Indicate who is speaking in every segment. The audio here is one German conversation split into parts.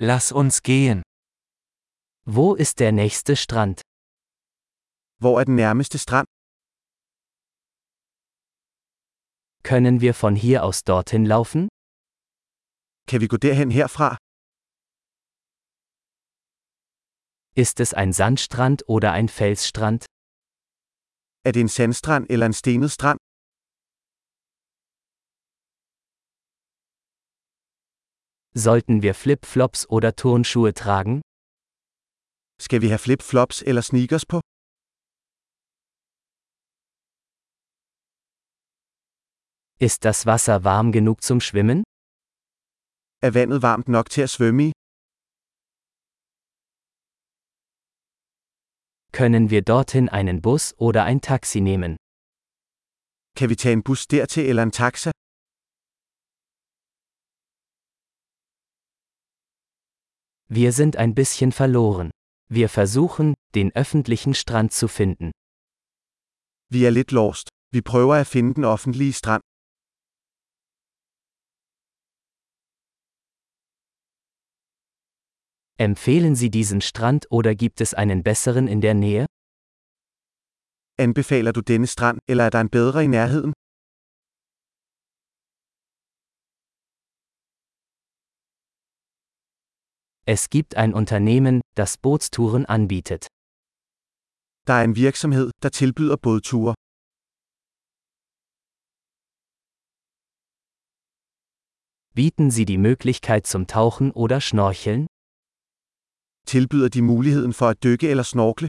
Speaker 1: Lass uns gehen. Wo ist der nächste Strand?
Speaker 2: Hvor er den nærmeste strand?
Speaker 1: Können wir von hier aus dorthin laufen?
Speaker 2: Kan vi gå derhen herfra?
Speaker 1: Ist es ein Sandstrand oder ein Felsstrand?
Speaker 2: Er det en sandstrand eller en stenet strand?
Speaker 1: Sollten wir Flipflops oder Turnschuhe tragen?
Speaker 2: Skal vi have flip-flops eller sneakers på?
Speaker 1: Ist das Wasser warm genug zum Schwimmen?
Speaker 2: Er vandet varmt nok til at svømme i?
Speaker 1: Können wir dorthin einen Bus oder ein Taxi nehmen?
Speaker 2: Kan vi tage en bus dertil eller en taxa?
Speaker 1: Wir sind ein bisschen verloren. Wir versuchen, den öffentlichen Strand zu finden.
Speaker 2: Vi er lidt lost. Vi prøver at finde den offentlige strand.
Speaker 1: Empfehlen Sie diesen Strand oder gibt es einen besseren in der Nähe?
Speaker 2: Anbefaler du denne strand, eller er der en bedre i nærheden?
Speaker 1: Es gibt ein Unternehmen, das Bootstouren anbietet.
Speaker 2: Der er en virksomhed, der tilbyder bådture.
Speaker 1: Bieten Sie die Möglichkeit zum Tauchen oder Schnorcheln?
Speaker 2: Tilbyder de muligheden for at dykke eller snorkle?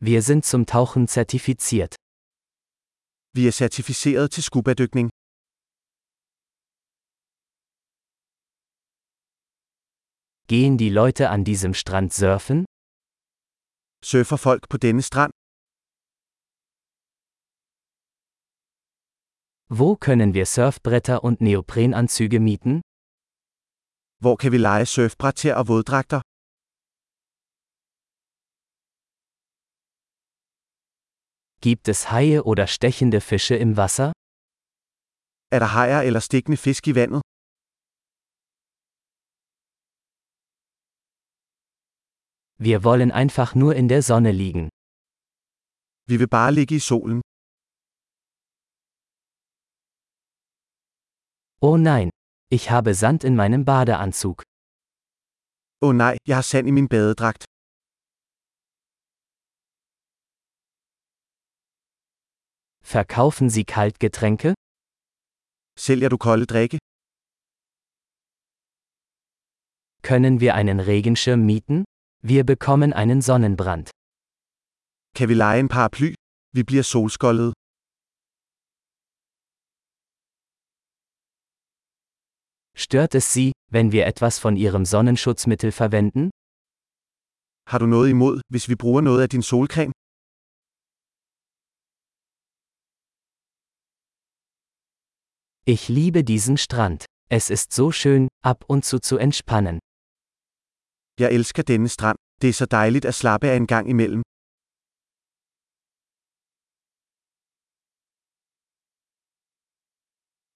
Speaker 1: Wir sind zum Tauchen zertifiziert.
Speaker 2: Vi er certificeret til skubadykning.
Speaker 1: Gehen die Leute an diesem Strand surfen?
Speaker 2: Surfer folk på denne strand?
Speaker 1: Wo können wir Surfbretter und Neoprenanzüge mieten?
Speaker 2: Hvor kan vi lege surfbræt til og våddragter?
Speaker 1: Gibt es Haie oder stechende Fische im Wasser?
Speaker 2: Er der hajer eller stikkende fisk i vandet?
Speaker 1: Wir wollen einfach nur in der Sonne liegen.
Speaker 2: Vi vil bare ligge i solen.
Speaker 1: Oh nein, ich habe Sand in meinem Badeanzug.
Speaker 2: Åh oh nej, jeg har sand i min badedragt.
Speaker 1: Verkaufen Sie Kaltgetränke?
Speaker 2: Sælger du kolde drikke?
Speaker 1: Können wir einen Regenschirm mieten? Wir bekommen einen Sonnenbrand.
Speaker 2: Kan vi lege en paraply? Vi bliver solskoldet.
Speaker 1: Stört es Sie, wenn wir etwas von Ihrem Sonnenschutzmittel verwenden?
Speaker 2: Har du noget imod, hvis vi bruger noget af din solcreme?
Speaker 1: Ich liebe diesen Strand. Es ist so schön, ab und zu zu entspannen.
Speaker 2: Jeg elsker denne strand. Det er så dejligt at slappe af en gang imellem.